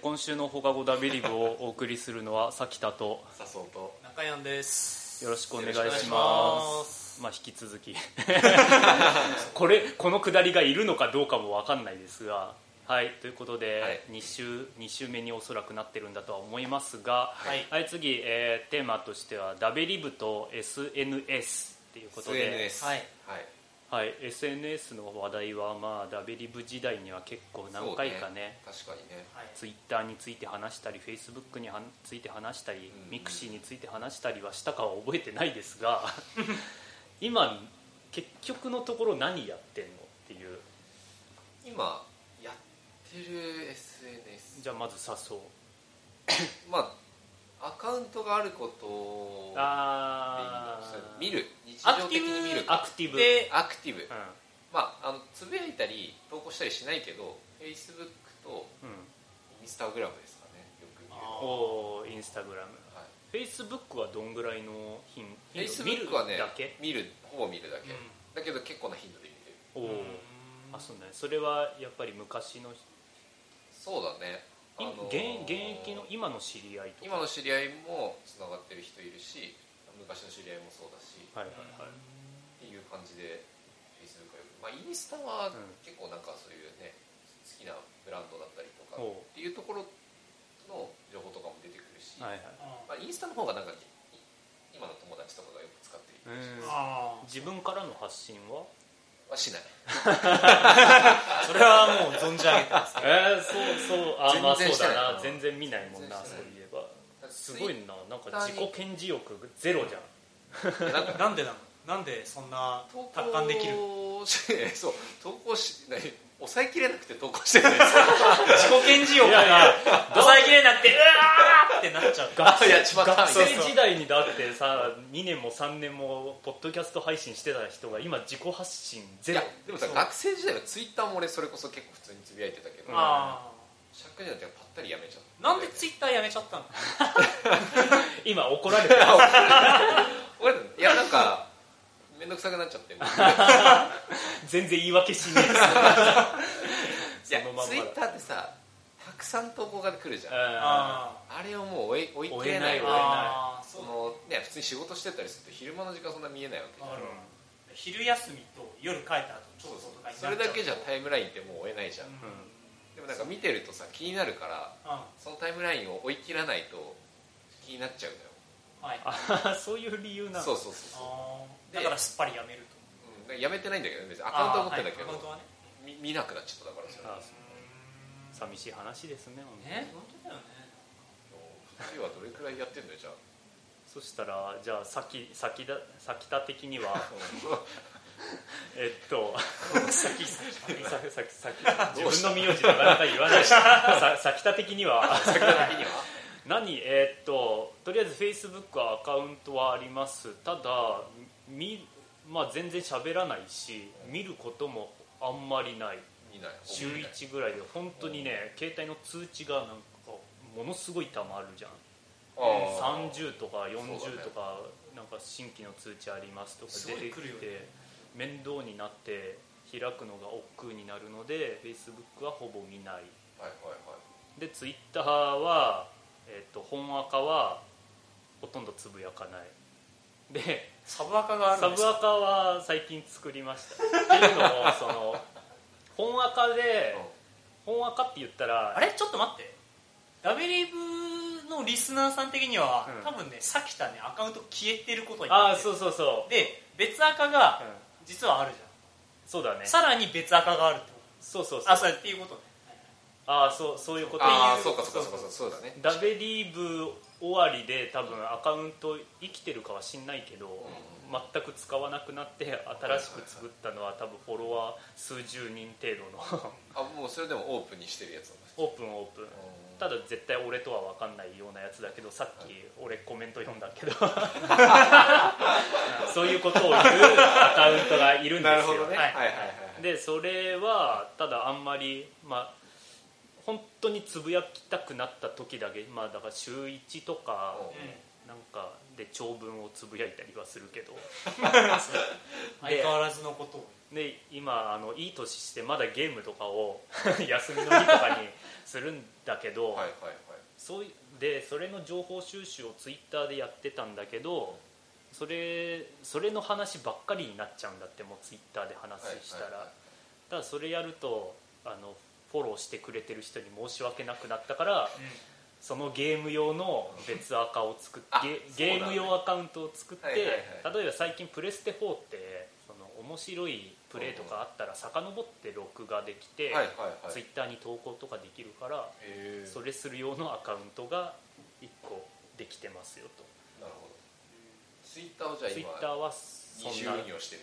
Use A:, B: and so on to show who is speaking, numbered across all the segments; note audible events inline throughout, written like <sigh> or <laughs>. A: 今週の放課後ダビリブをお送りするのはさきたと
B: さそうと
C: 中山です
A: よろしくお願いし
C: よろ
A: ま
C: し
A: す
C: くお願いします、
A: まあ引き続き <laughs> これこのくだりがいるのかどうかもわかんないですがはいということで、
B: はい
A: 2週二週目におそらくなってるんだとは思いますがはい次、えーテーマとしてはダビリブと SNS っていうことで
B: SNS
C: はい
B: はい
A: はい、SNS の話題は、まあ、ダベリブ時代には結構何回か
B: そう
A: ね
B: 確かにね
C: はい
A: ツイッターについて話したりフェイスブックにはついて話したり、
B: うん
A: ミクシーについて話したりはしたかは覚えてないですが <laughs> 今結局のところ何やってんのっていう
B: 今やってる SNS
A: じゃあまずさそう
B: まあアカウントがあることを
A: あー
B: 見る日常的に見る
A: アクティブ
C: で
B: アクティブ
A: うん
B: まああのつぶやいたり投稿したりしないけど Facebook と
A: うん、
B: インスタグラムですかねよく見る
C: あ
A: おインスタグラム
B: はい
A: フェイスブックはどんぐらいの頻
B: フ
A: 頻
B: ェイ
A: 度
B: スブ
A: 見る
B: ックはね
A: だけ
B: 見るほぼ見るだけ、
C: うん
B: だけど結構な頻度で見てる
A: お
C: うん
A: ーあそうだねそれはやっぱり昔の
B: そうだね、あのー
A: 現現役の今の知り合いとか
B: 今の知り合いもつながってる人いるし昔の知り合いもそうだしっ
A: はいはいはい
B: ていう感じで Facebook よくまあ、インスタは
A: うん
B: 結構なんかそういうね好きなブランドだったりとかっ
A: おう
B: ていうところの情報とかも出てくるし、
A: はいはい
B: まあ、インスタの方がなんかい今の友達とかがよく使っている、
C: うん
A: うん
C: あ
A: 自分からの発信は
B: はしない
C: あそれはもう存じ上げてます
A: えー、そうそうあーまあ
B: 全然
A: そう
B: してない
A: だな全然見ないもんな
B: 全然
A: そ
B: して
A: う
B: な
A: い
B: い
A: えばすごいななんか自己顕示欲ゼロじゃん
B: なんか
C: なんでなのなんでそんな
B: 投稿
C: 達観できる
B: し <laughs> そう投稿しない抑えきれなくて投稿してないです
C: 自己顕示欲
A: いやいや
C: が抑えきれなくてうわーってなっちゃう
B: あやっちまった
A: 学
B: みたいな
A: 生時代にだってさ2年も3年もポッドキャスト配信してた人が今自己発信ゼ <laughs>
B: い
A: ロ
B: やでもさ
C: そう
B: 学生時代はツイッターも俺それこそ結構普通につぶやいてたけど
A: あ
C: あ
B: 社会人だってパッタリやめちゃっ
C: あ
B: た
C: なんでツイッターやめちゃったの
A: 今怒られて
B: <laughs>
A: る
B: <laughs> 俺いやなんか面倒くさくなっちゃってもう
A: 全然言い訳しね
B: いや
A: そのまんまだ
B: ツイッターってさたくさん投稿が来るじ
A: え
B: ゃん
A: あ
C: あ
B: あれをもう追い追い切れ
A: 追
B: ない
A: え
C: ー
A: ない
B: わ
C: あーそ
B: そうのね普通に仕事してたりすると昼間の時間そんな見えないわけじゃん
C: なるほど昼休みと夜帰った後ちょっととかになっちゃ
B: それだけじゃタイムラインってもう追えないじゃん、
C: うん
B: でもなんか見てるとさ気になるから
C: あ
B: そのタイムラインを追い切らないと気になっちゃうの
C: はいあ
A: ーそういう理由な
B: よ
A: の
B: そうそうそうそ
C: ーだからすっぱりやめると
B: う、うん、やめてないんだけどね別にアカウントは持ってんだけ
C: あーはいアカウント
B: ど、
C: はね
B: み見なくなっちゃっただからそれ
A: あーそう寂しい話ですね
C: ね本当だよね
B: 二人はどれくらいやってんのよじゃあ
A: そしたらじゃあ先先だ先田的にはえっと先先先先先自分の名字なかなか言わないしさ先田的には
B: 結果的には
A: 何えーっととりあえずフェイスブックはアカウントはありますただみ、まあ、全然喋らないし見ることもあんまりない
B: 見ない
A: 週
B: 見ない
A: 1ぐらいで本当にね携帯の通知がなんかものすごい溜まるじゃん
B: あー
A: 30とか
B: そうだ
A: 40
B: ね
A: とかなんか新規の通知ありますとか
C: す
A: 出
C: ご
A: て
C: い
A: き
C: 来るよね
A: て面倒になって開くのが億劫になるので Facebook はほぼ見ない
B: はいはいはい
A: で Twitter は、えっと本アカはほとんどつぶやかないで
C: サブアカがある
A: サ
C: んで
A: ブ
C: す
A: アカは最近作りましたっていうのもそ
C: <laughs>
A: の本アカで本アカって言ったら
C: あれちょっと待ってダベリブのリスナーさん的には、
A: うん
C: 多分ねさきたねアカウント消えてることに
A: あ
C: な
A: あ
C: って
A: そ
C: る
A: うそうそう、
C: で別アカ
A: う
C: が
A: ん、
C: 実はあるじ
A: そうだ
C: ゃ
A: ね
C: んさらに別アカがあるってこと
A: そうそうそう
C: あそうっていうことね
A: ああそうそういうこと
B: ああそうかそうかそうかそうそうだね
A: ダベリーブ終わりで多分アカウント生きてるかは知んないけど、全く使わなくなって新しく作ったのは多分フォロワー数十人程度の <laughs>
B: あもうそれでもオープンにしてるやつなんだ
A: オープンオープンただ絶対俺とは分かんないようなやつだけどさっき俺コメント読んだけど <laughs> そういうことを言うアカウントがいるんですよ
B: なるほどね
C: は
B: はい
C: い
B: はいはいはい
A: でそれはただあんまりまあ本当につぶやきたくなった時だけまあだから週1とか
B: うん
C: うん
A: なんかで長文をつぶやいたりはするけど
C: 相変わらずのことを
A: で今あのいい年してまだゲームとかを <laughs> 休みの日とかにするんだけど、
B: はいはいはい
A: そういでそれの情報収集をツイッターでやってたんだけどそれそれの話ばっかりになっちゃうんだってもうツイッターで話したら、
B: はいはいはい
A: ただそれやるとあのフォローしてくれてる人に申し訳なくなったからそのゲーム用の別アカを作っ
B: あ
A: ゲ
B: そう
A: ゲ
B: だね
A: ーム用アカウントを作って、
B: はいはいは
A: 例えば最近プレステ4ってその面白いプレイとかあったら遡って録画できて、
B: はいはいはい
A: ツイッターに投稿とかできるから
B: へえ
A: それする用のアカウントが1個できてますよと
B: なるほどツイッターをじゃあ
A: ツイッ
B: 今
A: ターはそ
B: 二
A: ん
B: 重
A: な
B: 運用してる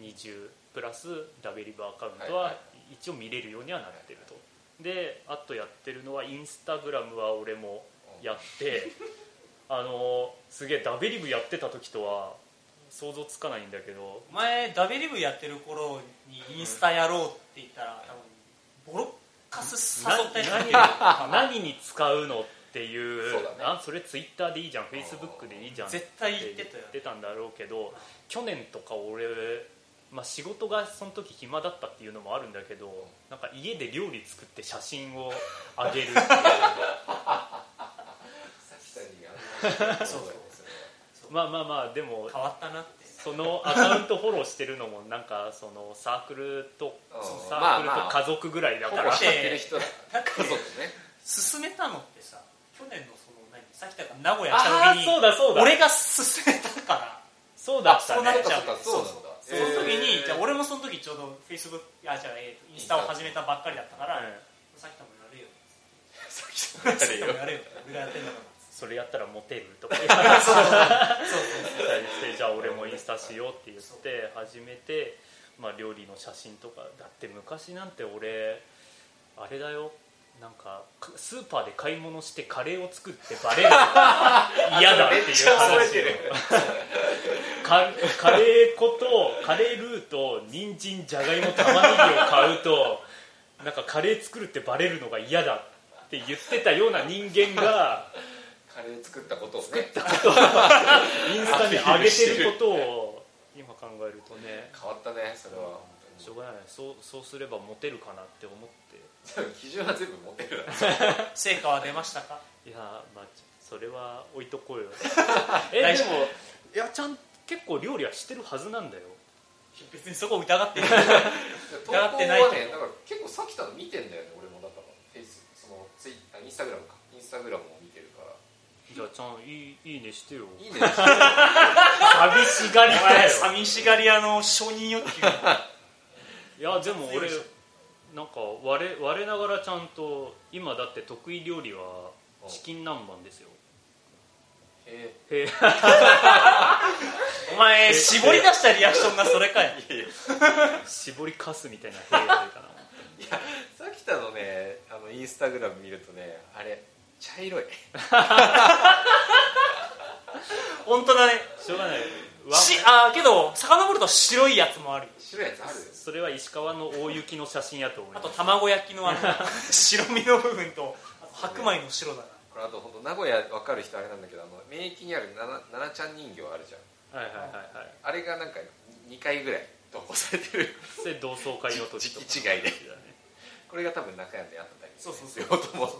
A: 20プラスラベリブアカウント
B: はい
A: は
B: はい
A: 一応見れるようにはなってるとであとやってるのはインスタグラムは俺もや
B: <laughs>
A: ってあのすげえダベリブやってた時とは想像つかないんだけど
C: お前ダベリブやってる頃にインスタやろうって言ったら多分ボロッカス
A: な
C: 誘ったりする
A: 何何に使うのっていう
B: そうだね
A: あそれツイッターでいいじゃんフェイスブックでいいじゃん
C: 絶対言ってたよ
A: 言ってたんだろうけど去年とか俺、まあ、仕事がその時暇だったっていうのもあるんだけどなんか家で料理作って写真をあげるっていう
B: さっきさんにやる話
C: そうそう
B: そ
A: まあまあまあでも
C: 変わったなって
A: そのアカウントフォローしてるのもなんかそのサークルと
B: うん
A: サークルと
B: まあまあ
A: 家族ぐらいだ
B: れ
A: か
B: は
A: ら
B: ほぼ
C: だ
B: 知ってる人だ
C: だって
B: 家族ね
C: 進めたのってさ去年のその何さっきだから名古屋来
A: あ
C: た
A: あ
C: 時
A: ー
C: に
A: そうだそうだ
C: 俺が進めたから
A: そうだった
C: そうなっ
A: ね
C: ちゃう
B: そうかそうかそうなんだ
C: その時
B: へー
C: にじゃあ俺もその時ちょうどフェイスブックあじゃあ、えーとインスタを始めたばっかりだったから、
A: うん
C: さっきともやれよ
B: さ <laughs> っきさ
C: さっきともやれよ俺がやってんだから
A: それやったらモテると
B: <laughs>
A: か言われたりして <laughs> じゃあ俺もインスタしようって言って始めて、まあ、料理の写真とかだって昔なんて俺あれだよなんかかスーパーで買い物してカレーを作ってバレるのが
B: <laughs>
A: 嫌だっていう
B: めっちゃ覚え
A: 話
B: て
A: を
B: る
A: <laughs> カカレー粉とカレールーと人参じゃがいも玉ねぎを買うとなんかカレー作るってバレるのが嫌だって言ってたような人間が
B: カレー作ったことをね
A: インスタに上げてることを今考えるとね
B: 変わったねそれは本
A: しょうがないそうそうすればモテるかなって思っ
B: 当に基準は全部持ってるな
C: 成果は出ましたか
A: ていやまあそれは置いとこうよ <laughs> え
C: 大
A: で
C: 丈夫
A: もいやちゃん結構料理はしてるはずなんだよ
C: 別にそこ疑ってる
B: 投稿はね
C: な
B: だ
C: いと
B: から結構さきたの見てんだよね俺もだからフェイスそのツイあインスタグラムかインスタグラムを見てるから
A: じゃあちゃんいいいいねしてよ
B: いいね
A: 寂しがりだよ
C: 寂しがり屋の承認欲求
A: いやでも
C: 強
A: 俺
C: いでし
A: なんか我我ながらちゃんと今だって得意料理はチキン南蛮ですよ
B: <laughs> え
A: へえ
C: お前絞り出したリアクションがそれかよ
A: 絞りかすみたいな部屋がいいかな
B: ーいやさきたのねあのインスタグラム見るとねあれ茶色い
C: 本当だね
A: しょうがないわ
C: しあーけど遡ると白いやつもあるよ
B: 白いやつある
A: それは石川の大雪の写真やと思い
C: あ
A: ま
C: と
A: す
C: 卵焼きのあの白身の部分とあと白米の白だな
B: これあと本当名古屋わかる人あれなんだけどあの免疫にあるななななちゃん人形あるじゃん
A: はいはいはいはい
B: あれがなんか2回ぐらい <laughs> 投稿されてる
A: それ同窓会の時とか
B: 時期違いで
A: だね
B: これが多分中山であったり
C: そうそう
B: そうとも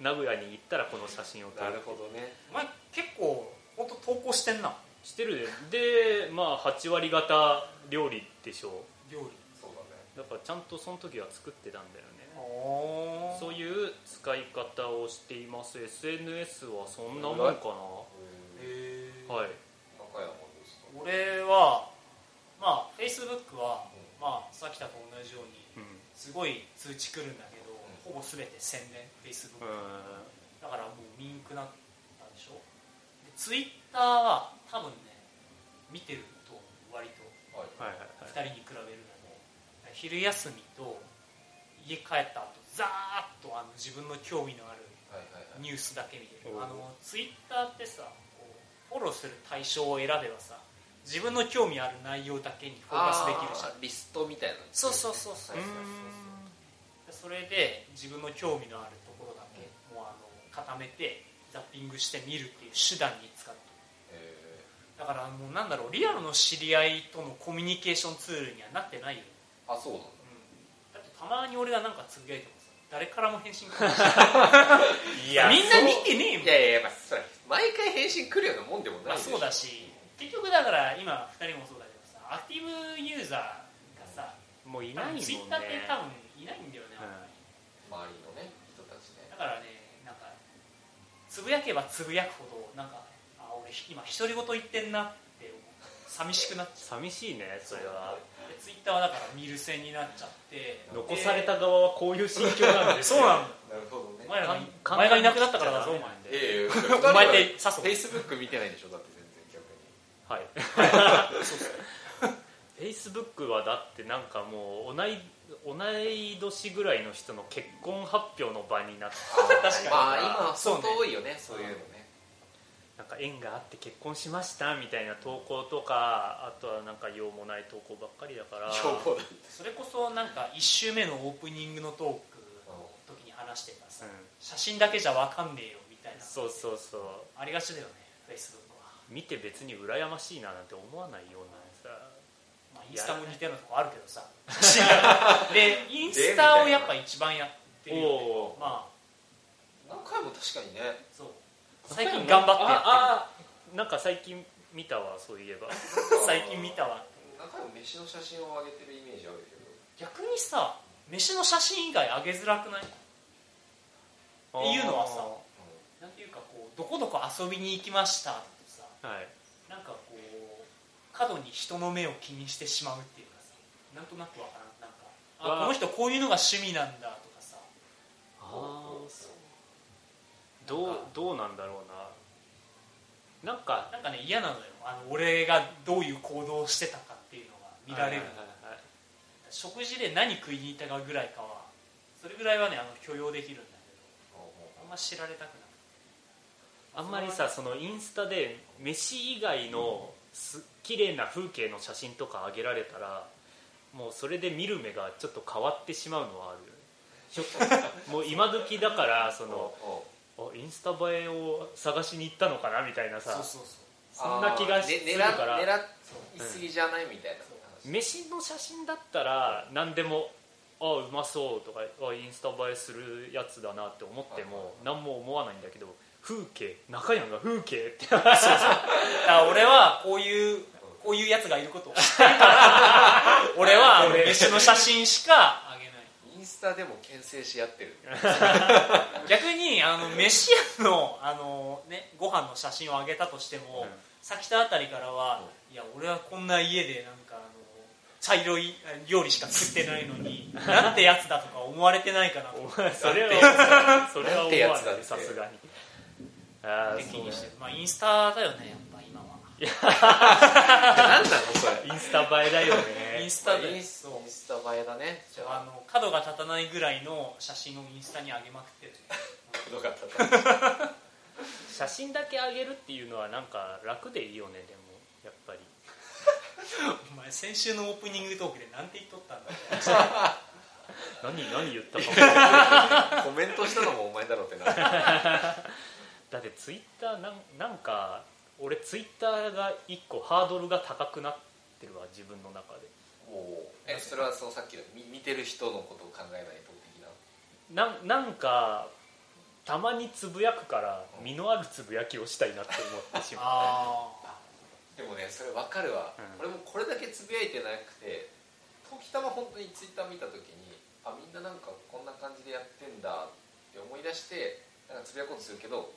A: 名古屋に行ったらこの写真を撮
B: な
A: る
B: るほどね
C: お前結構本当投稿してんな
A: してるででまあ8割方料理でしょ
C: 料理
B: そうだね
A: だからちゃんとその時は作ってたんだよね
C: お
A: そういう使い方をしています SNS はそんなもんか
B: うん
C: へー
A: なはい
B: 中山もどうした
C: 俺はまあ Facebook はまあさっきと同じように
A: うん
C: すごい通知来るんだけどほぼ全て宣伝 Facebook
A: う
C: だからもうミンクなったでしょで Twitter は多分ね見てると思う割と
B: はい
A: んはいはい
C: 2
A: はい
C: 人に比べるのも昼休みと家帰った後ザーッとあの自分の興味のある
B: はいはいはい
C: ニュースだけ見てる
A: おう
C: あのツイッターってさこうフォローする対象を選べばさ自分の興味ある内容だけにフォーカスできるじゃん
B: リストみたいな
C: そうそうそうそう
B: は
A: う
B: い
A: ー
B: はい
A: ん
C: でそれで自分の興味のあるところだけもうあの固めてザッピングして見るっていう手段に使って
B: え
C: だからもうなんだろうリアルの知り合いとのコミュニケーションツールにはなってないよね、
B: ーあそうなんだ
C: うん、だってたまに俺がなんかつぶやいてもさ誰からも返信来ない
A: いや
C: みんな見てねえもん
B: いやいやいやまあそれ毎回返信来るようなもんでもな
C: まあ
B: いでしょ
C: そうだし結局だから今2人もそうだけどさアクティブユーザーがさ
A: もうい
C: い
A: ないもんね
C: ツイッターって多分いないんだよね、
B: 周りのね人たちね
C: だからねなんかつぶやけばつぶやくほどなんかあ俺今独り言言ってんなって寂しくなっちゃ
A: 寂しいねそれは
C: うでツイッターはだから見る線になっちゃって
A: 残された側はこういう心境なん
C: で
A: です
C: <laughs> そうなの
B: なるほど
C: お前らがお
A: 簡単
C: 前がいなくなったからだぞお前
B: ええ
C: お前って指
B: <laughs>
C: す
B: フェイスブック見てないでしょだって全然逆に
A: はいフェイスブックはだってなんかもう同い同い年ぐらいの人の結婚発表の場になって
C: 確かに
B: まあ今
C: そう
B: 相
C: ね
B: 当多いよねそういうのね
A: なんか縁があって結婚しましたみたいな投稿とかあとはなんか用もない投稿ばっかりだ <laughs> から
B: 報だ
C: それこそなんか1周目のオープニングのトークの
B: う
C: 時に話してたさ、
A: うん
C: 写真だけじゃ分かんねえよみたいな
A: そうそうそう
C: ありがちだよねフェイスブックは、
A: 見て別に羨ましいななんて思わないようなさ
C: まあ、インスタも似てるのとこあるけど
A: <laughs>
C: さでインスタをやっぱ一番やってるよ、ね、
A: お
C: まあ
B: 何回も確かにね
C: そう最近頑張ってや
A: ああなんか最近見たわそういえば
C: ってる最近見たわ
B: 何回も飯の写真を上げてるイメージあるけど
C: 逆にさ飯の写真以外上げづらくないっていうのはさなんていうかこうどこどこ遊びに行きましたとさ
A: はい
C: なんかこう過度に人の目を気にしてしまうっていうかさなんとなくわからんなんか
A: わ
C: あこの人こういうのが趣味なんだとかさ
A: あーどうどうなんだろうななんか
C: なんかね嫌なのよあの俺がどういう行動をしてたかっていうのが見られる、
A: はいはいはい
C: 食事で何食いに行ったかぐらいかはそれぐらいはねあの許容できるんだけどあんま知られたくなくて
A: あんまりさそのインスタで飯以外のす綺麗な風景の写真とか上げられたらもうそれで見る目がちょっと変わってしまうのはあるよねひ <laughs> ょもう今時だからそのあインスタ映えを探しに行ったのかなみたいなさ
C: そうそうそう
A: そんな気がするから
B: 狙いすぎじゃないみたいな
A: 飯の写真だったら何でもあうまそうとかあインスタ映えするやつだなって思って
B: はいはい
A: も何も思わないんだけど風景中山が風景って
C: だから俺はこういうこういうやつがいることを <laughs> 知ってるから俺はあの飯の写真しかあげない
B: インスタでも牽制し合ってる
C: 逆にあの飯屋のあの、ね、ご飯の写真をあげたとしても、
A: うん
C: 先田あたりからは、いや俺はこんな家でなんかあの茶色いあ料理しか作ってないのになんてやつだとか思われてないかなと思って
A: <laughs> それはそれは
B: なんて
A: 思
B: や
A: わ
B: つだ
A: な
B: っ
A: い
B: て
A: さすがにああ
C: 気にしてる、まあ、インスタだよねやっぱ今は
B: <laughs> 何なのそれ
A: インスタ映えだよ
C: イン
A: ね
C: スタで
B: インス
C: そう
B: タ映えだねじゃ
C: あ
B: あ
C: の角が立たないぐらいの写真をインスタに上げまくってる
B: よかった
A: 写真だけ上げるっていうのはなんか楽でいいよねでもやっぱり
C: お前先週のオープニングトークでなんて言っとったんだ
A: 何何言ったかも
B: <laughs> コメントしたのもお前だろってな
A: <laughs>
B: る <laughs>
A: だってツイッターなんなんか俺ツイッターが一個ハードルが高くなってるわ自分の中で
B: えそれはそのさっきの見見てる人のことを考えないと的な
A: なんなんかたまにつぶやくから身のあるつぶやきをしたいなって思ってしまう
C: ああ
B: でもねそれ分かるわ、
A: うん
B: 俺もこれだけつぶやいてなくて時たま本当にツイッター見た時にあみんななんかこんな感じでやってんだって思い出してなんかつぶやこうとするけど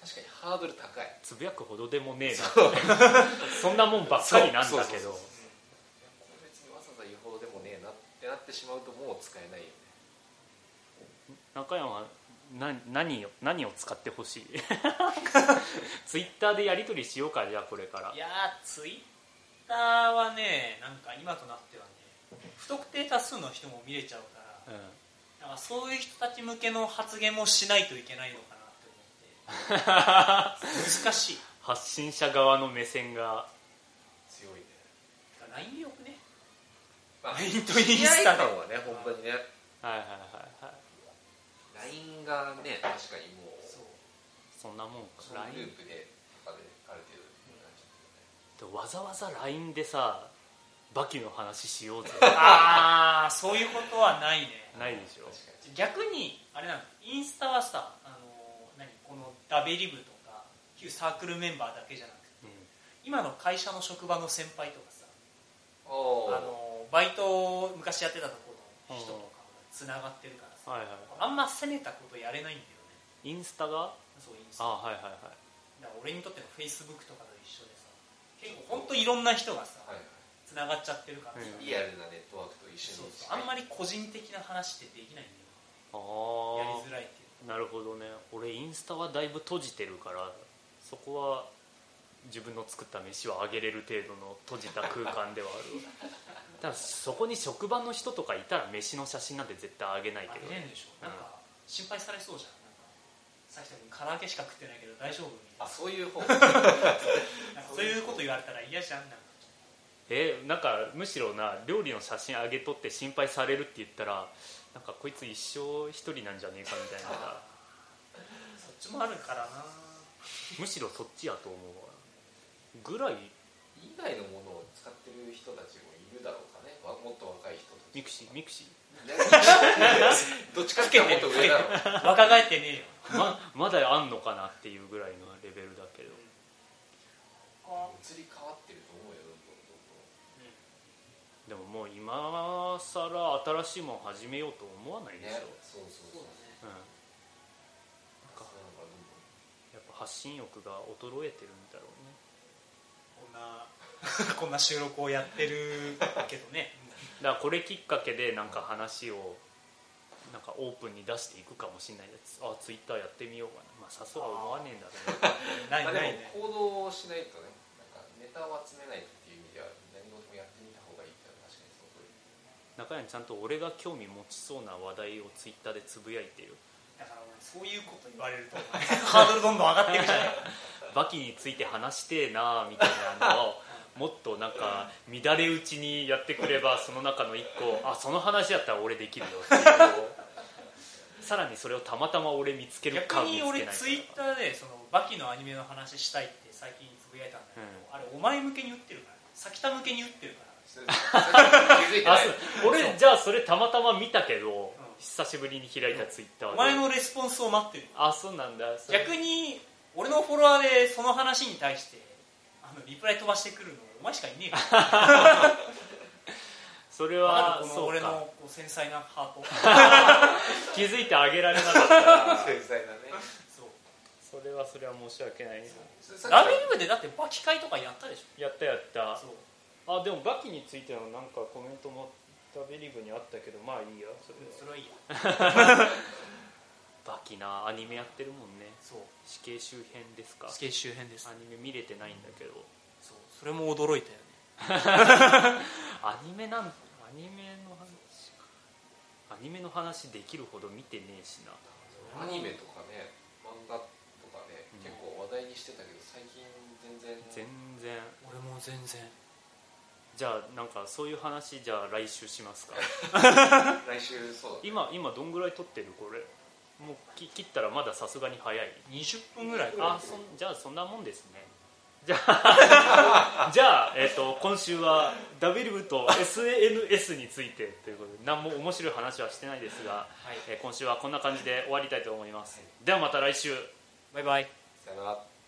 B: 確かにハードル高い
A: つぶやくほどでもねえな <laughs> そんなもんばっかりなんだ
B: そう
A: け
B: そうそう
A: ど
B: そうこれ別にわざわざ違法でもねえなってなってしまうともう使えないよね
A: 中山はな何を何を使ってほ <laughs> しいツイッターでやり取りしようかじゃあこれから
C: いやーツイッターはねなんか今となってはね不特定多数の人も見れちゃうから
A: うん、
C: なんかそういう人たち向けの発言もしないといけないのかなって思って難しい
A: 発信者側の目線が
B: 強いね
C: LINE でよくね
B: まあ
C: <laughs> LINE とインスタ
B: の
C: の
B: はね本当にね
A: はいはいはいはい
B: LINE がね確かにもう
C: そう
A: そんなもんか
B: そのル
A: LINE
B: ープでとかである程度みんなちょっとね
A: わざわざ LINE でさバキの話し <laughs> ようぜ
C: ああそういうことはないね
A: ないでしょ
B: 確かに
C: 逆にあれなのインスタはさあの何このダベリブとか旧サークルメンバーだけじゃなくて今の会社の職場の先輩とかさ
B: おー
C: あのバイトを昔やってたところの人とかつながってるから
A: うんは
C: さ
A: いは
C: あんま攻めたことやれないんだよ
A: い
C: ね
A: インスタが
C: そうインス
A: あ
C: タ
A: はいはいはい
C: だから俺にとってのフェイスブックとかと一緒でさ結構本当いろんな人がさ
B: はい
C: つながっちゃってるからさ、
A: うん
B: リアルなネットワークと一緒
C: そう
B: に
C: そうあんまり個人的な話ってできないん
A: あ
C: だ
A: あ
C: よやりづらいっていう
A: なるほどね俺インスタはだいぶ閉じてるからそこは自分の作った飯はあげれる程度の閉じた空間ではあるわ <laughs> ただそこに職場の人とかいたら飯の写真なんて絶対あげない
C: あ
A: けど
C: げれんでしょ
A: うん
C: なんか心配されそうじゃんなんかさっきと唐揚げしか食ってないけど大丈夫みた
B: あ
C: い
B: そういう方
C: ななんかそういうこと言われたら嫌じゃんなんか
A: えなんかむしろな料理の写真あげとって心配されるって言ったらなんかこいつ一生一人なんじゃねえかみたいな
C: そっちもあるからな
A: むしろそっちやと思うわぐらい
B: 以外のものを使ってる人たちもいるだろうか
C: <laughs>
B: ねわもっと若い人たち
A: ミクシーミクシ
B: どっちかっていうともっと上だろう
C: 若返ってねえよ
A: ーままだあんのかなっていうぐらいのレベルだけど
C: あ
B: 移り変わってると思うよどんどんどん
A: でももう
B: どん
A: 今さら新しいもん始めようと思わないでし
B: ね
A: ょ、
B: そうそうそ
C: そう
B: う
C: だね
A: うん、や
B: そうなのがどんどん
A: っぱ発信欲が衰えてるんだろうね
C: こんなこんな <laughs> 収録をやってるけどね
A: だからこれきっかけでなんか話をなんかオープンに出していくかもしれないやつあツイッターやってみようかなまあさそうは思わねえんだろうね
C: ない
B: ま
C: な
B: あ
C: い
B: で
C: ね
B: も行動をしないとねなんかネタを集めないっていう意味では何事もやってみた方がいいっていうのは確かにその通り
A: 中谷ちゃんと俺が興味持ちそうな話題をツイッターでつぶやいてる
C: だから俺そういうこと言われるとハードルどんどん上がっていくじゃない
A: バキについて話してえなみたいなのをもっとなんか乱れ打ちにやってくればその中の一個あその話だったら俺できるよっていう <laughs> さらにそれをたまたま俺見つける
C: 逆
A: か見つ
C: に
A: けない
C: 俺
A: か
C: ツイッターでそのバキのアニメの話したいって最近つぶやいたんだけど、あれお前向けに打ってるから先田向けに打ってるから
B: それ気づいて
A: あ
B: ない
A: そう俺じゃあそれたまたま見たけど久しぶりに開いたツイッター
C: お
A: で
C: 前のレスポンスを待ってる
A: あそうなんだそれ
C: 逆に俺のフォロワーでその話に対してあのリプライ飛ばしてくるのお前しかいねえから
A: それは
C: まだこの
A: そう
C: 俺の
A: か
C: こう繊細なハート
A: 気づいてあげられなかったら
B: 繊細だね
C: そう
A: それはそれは申し訳ないな
B: それさっき
C: ラベリブでだってバキ会とかやったでし
A: やったやった
C: ょそう
A: あでもバキについてのなんかコメントもダベリブにあったけどまあいいやそれ
C: それはいいや
A: バキなアニメやってるもんね
C: そう
A: 死刑周辺ですか
C: スケ周辺です
A: アニメ見れてないんだけど
C: そうそれも驚いたよね
A: アニメなんアニメの話かアニメの話できるほど見てねえしな
B: アニメとかね漫画とかね
A: うん
B: 結構話題にしてたけど最近全然
A: 全然
C: 俺も全然
A: じゃあなんかそういう話じゃあ来週しますか
B: 来週そうだ
A: 今今どんぐらい撮ってるこれもうき切ったらまださすがに早い
C: 20分ぐらい
A: あそんじゃあそんなもんですねじゃあ <laughs> じゃあ、えっと今週は W と SNS についてということで何も面白い話はしてないですが、
C: はい
A: えー今週はこんな感じで終わりたいと思いますではまた来週
C: バイバイ
B: さよなら